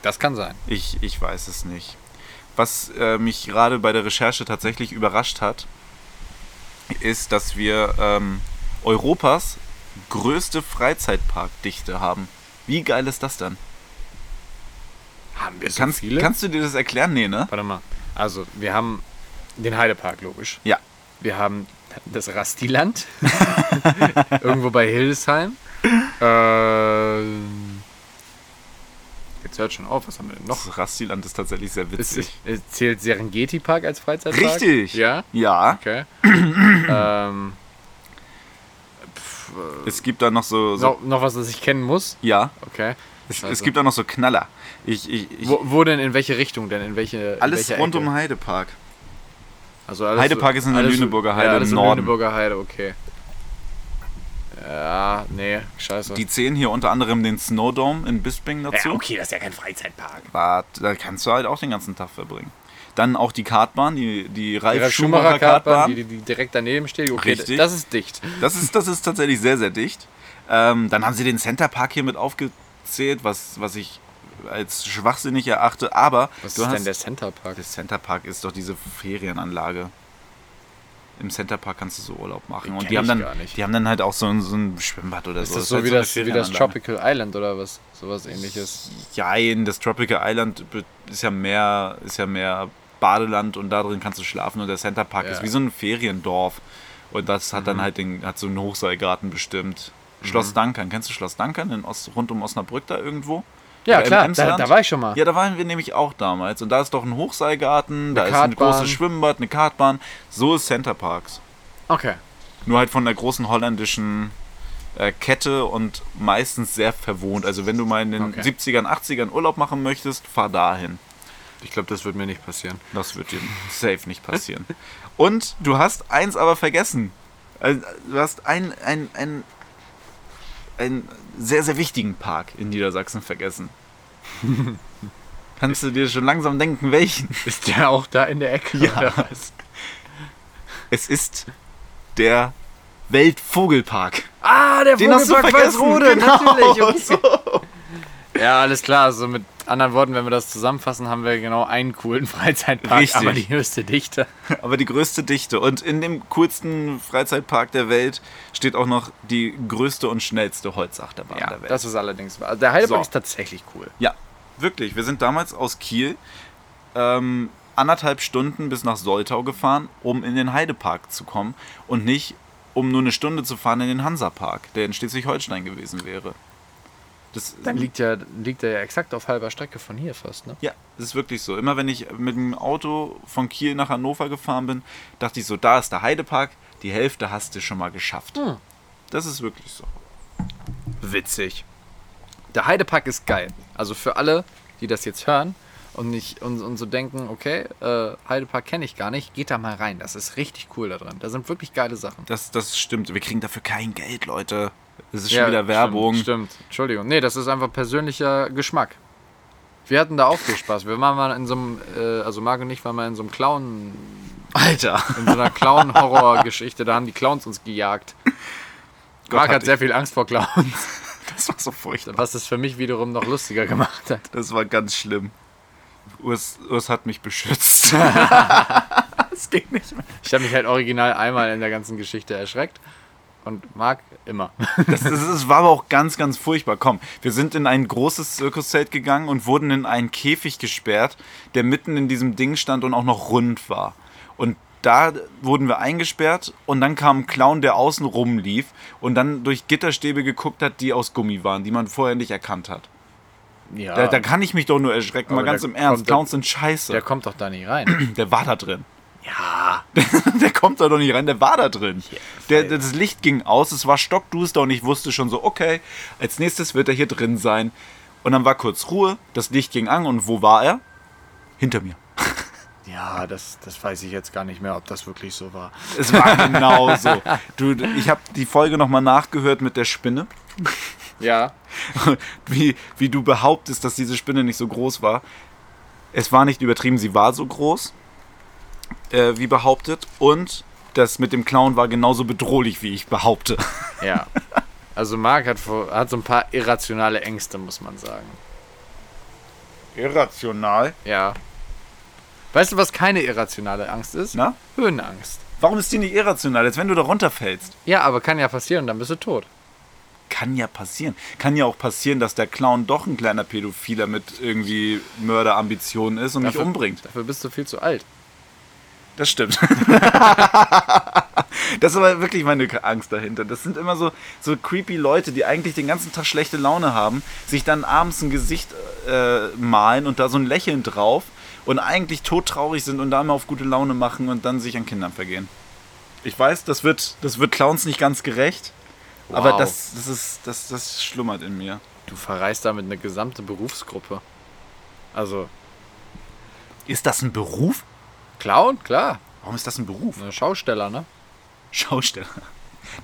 B: Das kann sein.
C: Ich, ich weiß es nicht. Was äh, mich gerade bei der Recherche tatsächlich überrascht hat, ist, dass wir ähm, Europas größte Freizeitparkdichte haben. Wie geil ist das dann?
B: Haben wir so
C: Kannst, kannst du dir das erklären? Nee, ne?
B: Warte mal. Also, wir haben den Heidepark, logisch.
C: Ja.
B: Wir haben das Rastiland, (laughs) irgendwo bei Hildesheim. Ähm, jetzt hört schon auf, was haben wir denn noch?
C: Das Rastiland ist tatsächlich sehr
B: Ist,
C: witzig.
B: ist- zählt Serengeti Park als Freizeitpark?
C: Richtig!
B: Ja?
C: Ja. (clears throat)
B: Okay. ähm,
C: Es gibt da noch so. so
B: noch, noch was, das ich kennen muss?
C: Ja.
B: Okay.
C: Also- Es, es
B: Scheiße.
C: gibt da noch so Knaller. Ich, ich, ich,
B: Wo, wo denn, in welche Richtung denn? In welche,
C: alles
B: in welche
C: rund
B: Ecke?
C: um Heidepark.
B: Also alles
C: Heidepark
B: so-
C: ist in der
B: alles so-
C: Lüneburger Heide
B: ja, alles
C: im
B: in
C: Norden.
B: Lüneburger Heide, okay. Ja, nee, scheiße.
C: Die zählen hier unter anderem den Snowdome in Bisping dazu.
B: das ist ja kein Freizeitpark.
C: Bad, da kannst du halt auch den ganzen Tag verbringen. Dann auch die Kartbahn, die, die Ralf
B: Die
C: Schumacher
B: Schumacher-Kartbahn, die,
C: Kartbahn.
B: die, die direkt daneben steht. Okay,
C: Richtig.
B: das ist dicht.
C: Das ist, das ist tatsächlich sehr, sehr dicht. Ähm, dann haben sie den Center Park hier mit aufgezählt, was, was ich als schwachsinnig erachte. Aber
B: Was
C: du
B: ist
C: hast
B: denn der Centerpark?
C: der Center Park ist doch diese Ferienanlage. im Centerpark kannst du so Urlaub machen. Und
B: kenn
C: die haben,
B: ich
C: dann,
B: gar nicht.
C: die haben dann halt auch so ein, so ein Schwimmbad oder so.
B: Ist das
C: halt
B: so wie
C: eine
B: das, wie das
C: Ferienanlage.
B: Tropical Island oder was? Sowas ähnliches.
C: Ja, in das Tropical Island be- ist ja mehr, ist ja mehr Badeland und da drin kannst du schlafen und der Center Park
B: Ja. Mhm.
C: ist wie so ein Feriendorf. Und das hat dann halt den, hat so einen Hochseilgarten bestimmt. Schloss Dankern, kennst du Schloss Dankern in Ost, rund um Osnabrück da irgendwo?
B: Ja,
C: Oder im
B: klar, da,
C: Emsland?
B: da war ich schon mal.
C: Ja, da waren wir nämlich auch damals. Und da ist doch ein Hochseilgarten, da ist ein
B: Kartbahn.
C: großes Schwimmbad, eine Kartbahn. So ist Center Parks.
B: Okay.
C: Nur halt von der großen holländischen äh, Kette und meistens sehr verwohnt. Also wenn du mal in den
B: Okay.
C: 70ern, 80ern Urlaub machen möchtest, fahr dahin.
B: Ich glaube, das wird mir nicht passieren.
C: Das wird dir safe nicht
B: (laughs)
C: passieren. Und du hast eins aber vergessen. Also, du hast einen ein, ein, ein sehr, sehr wichtigen Park in
B: (laughs)
C: Niedersachsen vergessen. Kannst du dir schon langsam denken, welchen?
B: Ist der auch da in der Ecke? oder
C: (laughs)
B: was?
C: Es ist der Weltvogelpark.
B: Ah, der
C: Den hast du
B: Vogelpark
C: vergessen.
B: Walsrode,
C: Genau,
B: natürlich.
C: (laughs)
B: okay. Ja, alles klar. Also mit anderen Worten, wenn wir das zusammenfassen, haben wir genau einen coolen Freizeitpark,
C: Richtig.
B: aber die höchste Dichte.
C: aber die größte Dichte. Und in dem coolsten Freizeitpark der Welt steht auch noch die größte und schnellste Holzachterbahn
B: Ja,
C: der Welt.
B: das ist allerdings wahr. Also Der Heidepark
C: So.
B: ist tatsächlich cool.
C: ja, wirklich. Wir sind damals aus Kiel ähm, anderthalb Stunden bis nach Soltau gefahren, um in den Heidepark zu kommen und nicht um nur eine Stunde zu fahren in den Hansapark, der in Schleswig-Holstein gewesen wäre. Das
B: Dann liegt ja, liegt der ja exakt auf halber Strecke von hier fast, ne?
C: Ja, das ist wirklich so. Immer wenn ich mit dem Auto von Kiel nach Hannover gefahren bin, dachte ich so, da ist der Heidepark, die Hälfte hast du schon mal geschafft.
B: Hm.
C: Das ist wirklich so. Witzig.
B: Der Heidepark ist geil. Also für alle, die das jetzt hören und, nicht, und, und so denken, okay, äh, Heidepark kenne ich gar nicht, geht da mal rein. Das ist richtig cool da drin. Da sind wirklich geile Sachen.
C: Das, das stimmt. Wir kriegen dafür kein Geld, Leute. Das ist schon wieder Werbung.
B: Stimmt, stimmt. Entschuldigung. Nee, das ist einfach persönlicher Geschmack. Wir hatten da auch viel Spaß. Wir waren mal in so einem, äh, also Marc und ich waren mal in so einem Clown,
C: (laughs) Alter.
B: in so einer Clown-Horror-Geschichte. Da haben die Clowns uns gejagt. Marc
C: hat
B: hat sehr viel Angst vor Clowns,
C: Das war so furchtbar.
B: was es für mich wiederum noch lustiger gemacht hat.
C: Das war ganz schlimm. Urs, Urs hat mich beschützt. das ging nicht mehr.
B: Ich habe mich halt original einmal in der ganzen Geschichte erschreckt und Marc
C: (laughs)
B: immer.
C: Das, das, das war aber auch ganz, ganz furchtbar. Komm, wir sind in ein großes Zirkuszelt gegangen und wurden in einen Käfig gesperrt, der mitten in diesem Ding stand und auch noch rund war. Und da wurden wir eingesperrt und dann kam ein Clown, der außen rumlief und dann durch Gitterstäbe geguckt hat, die aus Gummi waren, die man vorher nicht erkannt hat.
B: Ja,
C: Da, da kann ich mich doch nur erschrecken,
B: Ah. Aber
C: mal ganz
B: der
C: im Ernst.
B: kommt da-
C: Clowns sind scheiße.
B: der kommt doch da nicht
C: (clears throat)
B: rein.
C: der war da drin.
B: Ja.
C: (laughs) Der kommt da doch nicht rein, der war da drin. Der,
B: safe.
C: das Licht ging aus, es war stockduster und ich wusste schon so, okay, als nächstes wird er hier drin sein. Und dann war kurz Ruhe, das Licht ging an und wo war er? Hinter mir.
B: Ja, das, das weiß ich jetzt gar nicht mehr, ob das wirklich so war.
C: Es war genau so. Du, ich habe die Folge nochmal nachgehört mit der Spinne. (laughs)
B: Ja.
C: Wie, wie du behauptest, dass diese Spinne nicht so groß war. Es war nicht übertrieben, sie war so groß, äh, wie behauptet. Und das mit dem Clown war genauso bedrohlich, wie ich behaupte.
B: Ja. Also Marc hat, vor- hat so ein paar irrationale Ängste, muss man sagen.
C: Irrational.
B: Ja. Weißt du, was keine irrationale Angst ist?
C: Na?
B: Höhenangst.
C: Warum ist die nicht irrational? Jetzt, wenn du da runterfällst.
B: Ja, aber kann ja passieren, dann bist du tot.
C: Kann ja passieren. Kann ja auch passieren, dass der Clown doch ein kleiner Pädophiler mit irgendwie Mörderambitionen ist und mich
B: Dafür-
C: umbringt.
B: Dafür bist du viel zu alt.
C: Das stimmt. (laughs) das ist aber wirklich meine Angst dahinter. Das sind immer so, so creepy Leute, die eigentlich den ganzen Tag schlechte Laune haben, sich dann abends ein Gesicht äh, malen und da so ein Lächeln drauf und eigentlich todtraurig sind und da immer auf gute Laune machen und dann sich an Kindern vergehen. Ich weiß, das wird, das wird Clowns nicht ganz gerecht, aber
B: Wow.
C: das, das, ist, das, das schlummert in mir.
B: Du verreist damit eine gesamte Berufsgruppe. Also,
C: Ist das ein Beruf?
B: Clown, klar.
C: Warum ist das ein Beruf?
B: Ein Schausteller, ne?
C: Schausteller.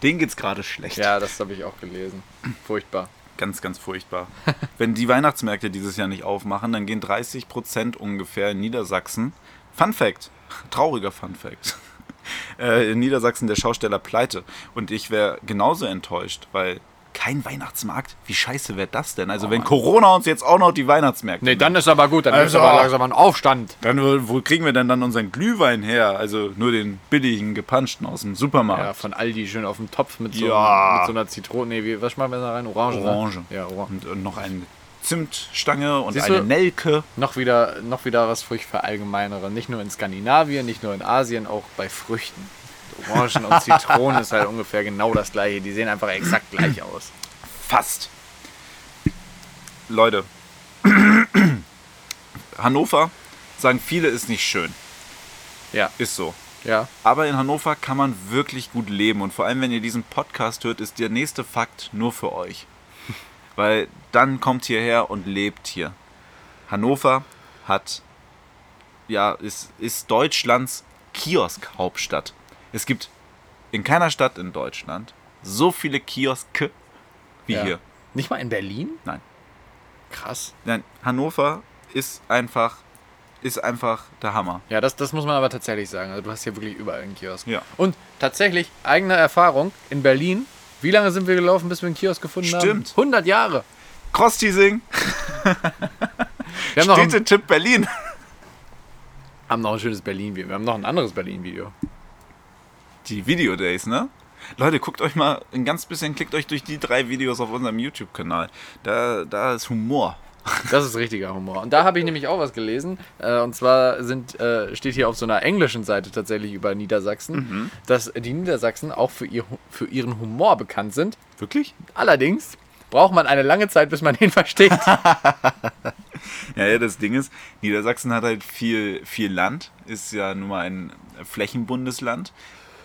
C: Denen geht's gerade schlecht.
B: Ja, das habe ich auch gelesen. Furchtbar.
C: Ganz, ganz furchtbar. (laughs) Wenn die Weihnachtsmärkte dieses Jahr nicht aufmachen, dann gehen 30 Prozent ungefähr in Niedersachsen. Fun Fact, (laughs) trauriger Fun Fact. (laughs) Äh, In Niedersachsen der Schausteller pleite. Und ich wäre genauso enttäuscht, weil kein Weihnachtsmarkt? Wie scheiße wäre das denn? Also wenn Corona uns jetzt auch noch die Weihnachtsmärkte...
B: Oh. Nee, dann ist aber gut, dann
C: Also-
B: ist aber langsam ein Aufstand.
C: Dann wo, wo kriegen wir denn dann unseren Glühwein her? Also nur den billigen, gepanschten aus dem
B: Ja,
C: Supermarkt.
B: von Aldi schön auf dem Topf mit so,
C: Ja.
B: mit so einer Zitrone. Nee, wie, was schmeißen wir da rein? Orange. ne?
C: Orange.
B: Ja, Orange.
C: Und, und noch eine Zimtstange und
B: Siehst
C: eine
B: du?
C: Nelke.
B: Noch wieder, noch wieder was furchtbar allgemeinere. Nicht nur in Skandinavien, nicht nur in Asien, auch bei Früchten. Orangen und Zitronen ist halt ungefähr genau das gleiche. Die sehen einfach exakt gleich aus.
C: Fast. Leute, (clears throat) Hannover, sagen viele, ist nicht schön.
B: Ja,
C: Ist so.
B: ja.
C: Aber in Hannover kann man wirklich gut leben. Und vor allem, wenn ihr diesen Podcast hört, ist der nächste Fakt nur für euch. Weil dann kommt hierher und lebt hier. Hannover hat, ja, ist, ist Deutschlands Kiosk-Hauptstadt. Es gibt in keiner Stadt in Deutschland so viele Kioske wie
B: ja.
C: hier.
B: Nicht mal in Berlin?
C: Nein.
B: Krass.
C: Nein, Hannover ist einfach, ist einfach der Hammer.
B: Ja, das, das muss man aber tatsächlich sagen. Also du hast hier wirklich überall einen Kiosk.
C: Ja.
B: Und tatsächlich, eigene Erfahrung, in Berlin, wie lange sind wir gelaufen, bis wir einen Kiosk gefunden haben?
C: Stimmt.
B: 100 Jahre.
C: Cross-Teasing,
B: Wir haben noch, ein,
C: Städte-Tipp Berlin. (laughs)
B: haben noch ein schönes Berlin-Video. Wir haben noch ein anderes Berlin-Video.
C: Die Videodays, ne? Leute, guckt euch mal ein ganz bisschen, klickt euch durch die drei Videos auf unserem YouTube-Kanal. Da, da ist Humor.
B: Das ist richtiger Humor. Und da habe ich nämlich auch was gelesen. Äh, und zwar sind, äh, steht hier auf so einer englischen Seite tatsächlich über Niedersachsen, dass die Niedersachsen auch für, ihr, Hu- für ihren Humor bekannt sind.
C: Wirklich?
B: Allerdings braucht man eine lange Zeit, bis man ihn (laughs) versteht.
C: Ja, ja, das Ding ist, Niedersachsen hat halt viel, viel Land, ist ja nun mal ein Flächenbundesland.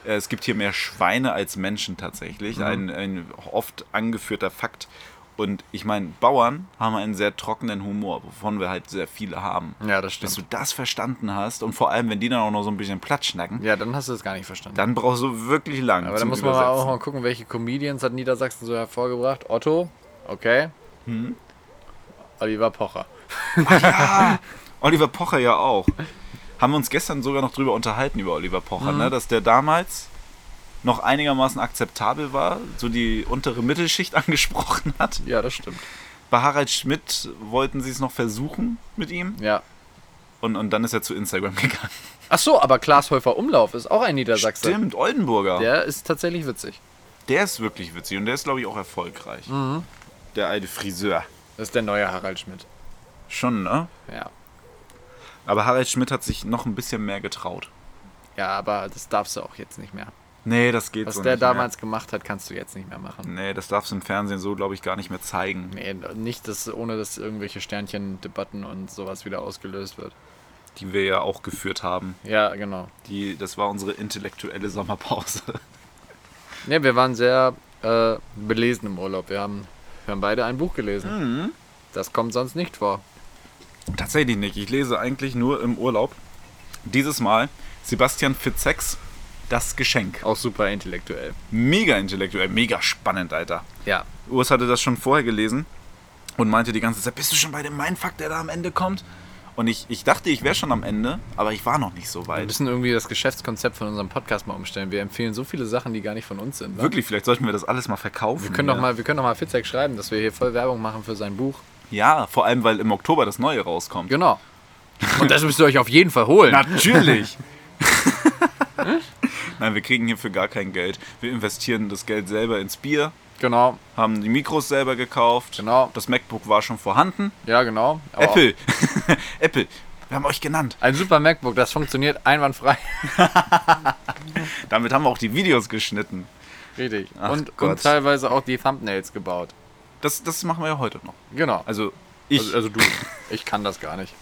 C: Äh, Es gibt hier mehr Schweine als Menschen tatsächlich,
B: Mhm.
C: ein, ein oft angeführter Fakt. Und ich meine, Bauern haben einen sehr trockenen Humor, wovon wir halt sehr viele haben.
B: Ja, das stimmt.
C: Bis du das verstanden hast und vor allem, wenn die dann auch noch so ein bisschen platt schnacken,
B: ja, dann hast du es gar nicht verstanden.
C: dann brauchst du wirklich lange.
B: Aber da
C: zum
B: muss man mal auch
C: Übersetzen.
B: mal gucken, welche Comedians hat Niedersachsen so hervorgebracht. Otto, okay. Hm? Oliver Pocher.
C: Oliver Pocher ja auch. Haben wir uns gestern sogar noch drüber unterhalten über Oliver Pocher,
B: Mhm.
C: ne? dass der damals noch einigermaßen akzeptabel war, so die untere Mittelschicht (laughs) angesprochen hat.
B: Ja, das stimmt.
C: Bei Harald Schmidt wollten sie es noch versuchen mit ihm
B: Ja.
C: und, und dann ist er zu
B: (laughs)
C: Instagram gegangen.
B: Ach so, aber Klaas Häufer Umlauf ist auch ein Niedersachse.
C: Stimmt, Oldenburger. Der,
B: Der ist tatsächlich witzig.
C: ist wirklich witzig und der ist, glaube ich, auch erfolgreich.
B: Mhm.
C: Der alte Friseur.
B: Das ist der neue Harald Schmidt.
C: Schon, ne?
B: Ja.
C: Aber Harald Schmidt hat sich noch ein bisschen mehr getraut.
B: Ja, aber das darfst du auch jetzt nicht mehr.
C: Nee, das geht
B: Was
C: so
B: der
C: nicht mehr.
B: damals gemacht hat, kannst du jetzt nicht mehr machen.
C: Nee, das darfst du im Fernsehen so, glaube ich, gar nicht mehr zeigen.
B: Nee, nicht, dass, ohne dass irgendwelche Sternchen-Debatten und sowas wieder ausgelöst wird.
C: die wir ja auch geführt haben.
B: Ja, genau.
C: Die, das war unsere intellektuelle Sommerpause. (laughs)
B: Ja, Ne, wir waren sehr äh, belesen im Urlaub. Wir haben, wir haben beide ein Buch gelesen.
C: Mhm.
B: Das kommt sonst nicht vor.
C: Tatsächlich nicht. Ich lese eigentlich nur im Urlaub. Dieses Mal Sebastian Fitzex, das Geschenk.
B: Auch super intellektuell.
C: Mega intellektuell, mega spannend, Alter.
B: Ja.
C: Urs hatte das schon vorher gelesen und meinte die ganze Zeit, bist du schon bei dem Mindfuck, der da am Ende kommt? Und ich, ich dachte, ich wäre schon am Ende, aber ich war noch nicht so
B: Wir
C: weit.
B: müssen irgendwie das Geschäftskonzept von unserem Podcast mal umstellen. Wir empfehlen so viele Sachen, die gar nicht von uns sind. wa?
C: Wirklich, vielleicht sollten wir das alles mal verkaufen.
B: Wir können, doch mal, wir können doch mal Fitzek schreiben, dass wir hier voll Werbung machen für sein Buch.
C: Ja, vor allem, weil im Oktober das Neue rauskommt.
B: Genau. Und das müsst ihr euch auf jeden Fall holen.
C: Natürlich. (laughs) Nein, wir kriegen hierfür gar kein Geld. Wir investieren das Geld selber ins Bier,
B: Genau.
C: haben die Mikros selber gekauft.
B: Genau.
C: Das MacBook war schon vorhanden.
B: Ja, genau. Aber
C: Apple. (laughs) Apple. Wir haben euch genannt.
B: Ein super MacBook, das funktioniert einwandfrei. (laughs)
C: Damit haben wir auch die Videos geschnitten.
B: Richtig.
C: Ach
B: und,
C: Gott.
B: und teilweise auch die Thumbnails gebaut.
C: Das, das machen wir ja heute noch.
B: Genau.
C: Also ich.
B: also, also du, ich kann das gar nicht.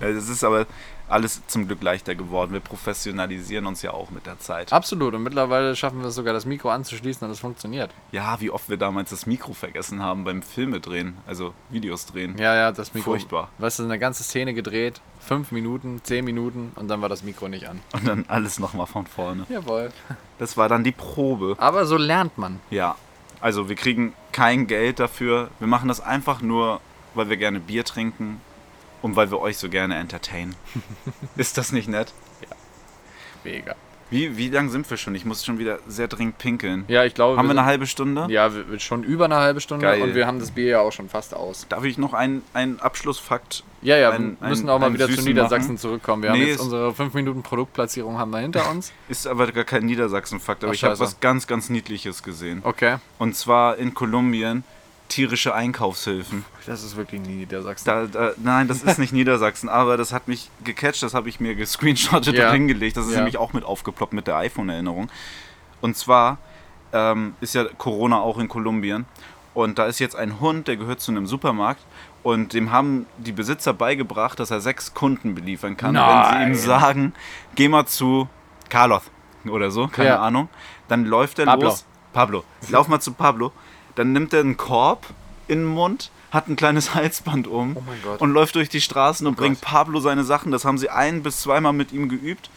C: Ja, das ist aber alles zum Glück leichter geworden. Wir professionalisieren uns ja auch mit der Zeit.
B: Absolut. Und mittlerweile schaffen wir es sogar, das Mikro anzuschließen und es funktioniert.
C: Ja, wie oft wir damals das Mikro vergessen haben beim Filme drehen, also Videos drehen.
B: Ja, ja, das Mikro.
C: Furchtbar.
B: Weißt du, eine ganze Szene gedreht, fünf Minuten, zehn Minuten und dann war das Mikro nicht an.
C: Und dann alles nochmal von vorne.
B: Jawohl.
C: Das war dann die Probe.
B: Aber so lernt man.
C: Ja, also wir kriegen kein Geld dafür. Wir machen das einfach nur, weil wir gerne Bier trinken
B: (laughs)
C: und weil wir euch so gerne entertainen. Ist das nicht nett?
B: Mega.
C: Wie, wie lang sind wir schon? Ich muss schon wieder sehr dringend pinkeln.
B: Ja, ich glaube.
C: Haben wir
B: sind-
C: eine halbe Stunde?
B: Ja, wir- wir- schon über eine halbe Stunde
C: Geil.
B: und wir haben das Bier ja auch schon fast aus.
C: Darf ich noch einen, einen Abschlussfakt?
B: Ja, ja,
C: einen-
B: wir müssen
C: einen-
B: auch mal
C: einen
B: wieder zu
C: süßen
B: Niedersachsen
C: machen?
B: zurückkommen. Wir haben
C: Nee,
B: jetzt
C: ist-
B: unsere 5 Minuten Produktplatzierung haben wir hinter uns.
C: Ist aber gar kein Niedersachsen-Fakt, aber
B: Ach,
C: ich habe
B: scheiße.
C: was ganz, ganz Niedliches gesehen.
B: Okay.
C: Und zwar in Kolumbien tierische Einkaufshilfen.
B: Das ist wirklich nie Niedersachsen.
C: Da, da, nein,
B: (laughs)
C: das ist nicht Niedersachsen, aber das hat mich gecatcht, das habe ich mir gescreenshottet
B: Ja.
C: und hingelegt. Das ist
B: Ja.
C: nämlich auch mit aufgeploppt mit der iPhone-Erinnerung. Und zwar ähm, ist ja Corona auch in Kolumbien. Und da ist jetzt ein Hund, der gehört zu einem Supermarkt. Und dem haben die Besitzer beigebracht, dass er sechs Kunden beliefern kann. Wenn
B: Nein.
C: sie ihm sagen, geh mal zu Carlos oder so, keine
B: Ja.
C: Ahnung. Dann läuft er
B: Pablo.
C: los. Pablo. Lauf mal zu Pablo. Dann nimmt er einen Korb in den Mund, hat ein kleines (laughs) Halsband um
B: mein Gott.
C: und läuft durch die Straßen und bringt Pablo seine Sachen. Das haben sie ein bis zweimal mit ihm geübt.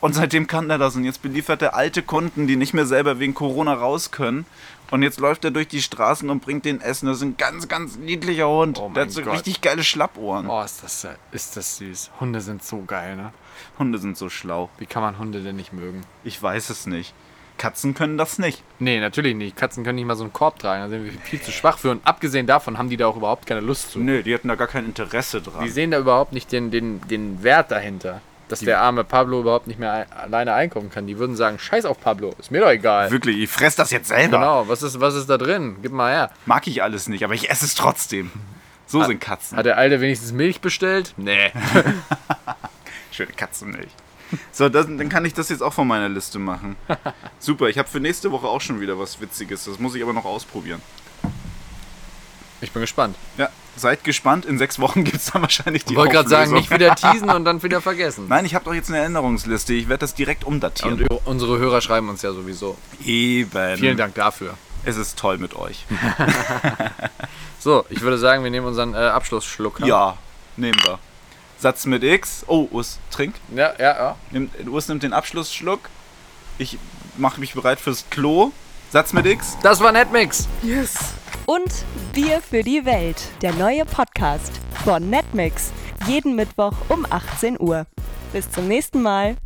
C: Und seitdem kann er das. Und jetzt beliefert er alte Kunden, die nicht mehr selber wegen Corona raus können. Und jetzt läuft er durch die Straßen und bringt denen Essen. Das ist ein ganz, ganz niedlicher Hund.
B: Oh
C: Der
B: mein
C: hat so
B: Gott.
C: richtig geile Schlappohren.
B: Oh, ist das, ist das süß. Hunde sind so geil, ne?
C: Hunde sind so schlau.
B: Wie kann man Hunde denn nicht mögen?
C: Ich weiß es nicht. Katzen können das nicht.
B: Nee, natürlich nicht. Katzen können nicht mal so einen Korb tragen. Da sind wir viel zu schwach für. Und abgesehen davon haben die da auch überhaupt keine Lust zu.
C: Nö, die hatten da gar kein Interesse dran.
B: Die sehen da überhaupt nicht den, den, den Wert dahinter. Dass der arme Pablo überhaupt nicht mehr ein, alleine einkaufen kann. Die würden sagen, scheiß auf Pablo, ist mir doch egal.
C: Wirklich, ich fress das jetzt selber.
B: Genau, was ist, was ist da drin? Gib mal her.
C: Mag ich alles nicht, aber ich esse es trotzdem. So sind Katzen.
B: Hat der Alte wenigstens Milch bestellt? Nee.
C: Schöne Katzenmilch. So, das, dann kann ich das jetzt auch von meiner
B: (laughs)
C: Liste machen. Super, ich habe für nächste Woche auch schon wieder was Witziges. Das muss ich aber noch ausprobieren.
B: Ich bin gespannt.
C: Ja, seid gespannt. In sechs Wochen (laughs) gibt es dann wahrscheinlich (laughs) die
B: Ich wollte gerade sagen,
C: Auflösung.
B: nicht wieder teasen und dann wieder vergessen.
C: Nein, ich habe doch jetzt eine Erinnerungsliste. Ich werde das direkt
B: Und
C: umdatieren.
B: ü- unsere Hörer schreiben uns ja sowieso.
C: Eben.
B: Vielen Dank dafür.
C: Es ist toll mit euch.
B: So, ich würde sagen, wir nehmen unseren äh, Abschlussschluck.
C: Ja, nehmen wir. Satz mit X. Oh, Urs, trink.
B: Ja, ja, ja.
C: Nimmt, Urs nimmt den Abschlussschluck. Ich mache mich bereit fürs Klo. Satz mit X.
B: Das war Netmix.
A: Und Bier für die Welt, der neue Podcast von Netmix. Jeden Mittwoch um 18 Uhr. Bis zum nächsten Mal.